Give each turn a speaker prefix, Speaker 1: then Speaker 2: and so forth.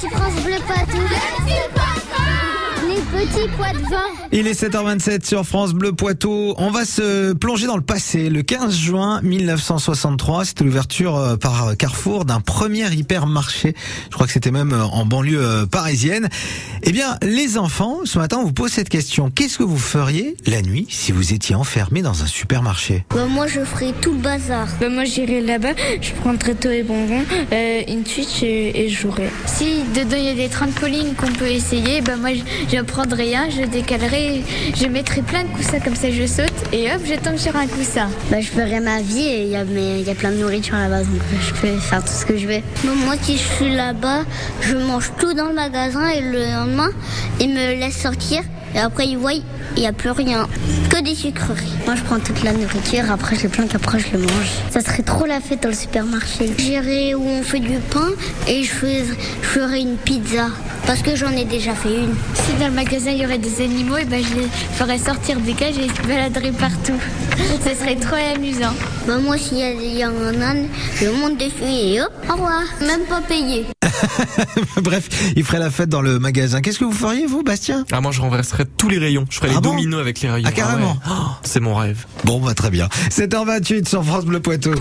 Speaker 1: sur France Bleu Poitou. Les petits pois de vin.
Speaker 2: Il est 7h27 sur France Bleu Poitou. On va se plonger dans le passé. Le 15 juin 1963, c'était l'ouverture euh, par Carrefour d'un premier hypermarché. Je crois que c'était même euh, en banlieue euh, parisienne. Eh bien, les enfants, ce matin, on vous pose cette question. Qu'est-ce que vous feriez la nuit si vous étiez enfermé dans un supermarché
Speaker 1: Bah, moi, je ferai tout le bazar.
Speaker 3: Bah, moi j'irai là-bas, je prendrai tous les bonbons, euh, une Switch et, et je jouerai.
Speaker 4: Si dedans il y a des trampolines qu'on peut essayer, bah moi je- je prendrai un, je décalerai, je mettrai plein de coussins comme ça je saute et hop je tombe sur un coussin.
Speaker 1: Bah, je ferai ma vie et il y, a- mais il y a plein de nourriture là-bas, donc euh, je peux faire tout ce que je veux. moi, si je suis là-bas, je mange tout dans le magasin et le lendemain, ils me laissent sortir. Et après, ils voient, il n'y a plus rien. Que des sucreries. Moi, je prends toute la nourriture, après, je le planque, après, je le mange. Ça serait trop la fête dans le supermarché. J'irai où on fait du pain et je fais- je ferai une pizza. Parce que j'en ai déjà fait une.
Speaker 4: Si dans le magasin il y aurait des animaux, et ben je les ferais sortir des cages et ils se baladeraient partout. Ce serait trop amusant.
Speaker 1: Bah, moi, s'il y, a- il y a un âne, je monte dessus et hop, au revoir. Même pas payé.
Speaker 2: Bref, il ferait la fête dans le magasin. Qu'est-ce que vous feriez, vous, Bastien
Speaker 5: Ah, moi, je renverserais tous les rayons. Je ferais
Speaker 2: Ah
Speaker 5: les
Speaker 2: bon
Speaker 5: dominos avec les rayons.
Speaker 2: Ah, carrément.
Speaker 5: ouais. Oh, C'est mon rêve.
Speaker 2: Bon, bah très bien. 7h28 sur France Bleu Poitou.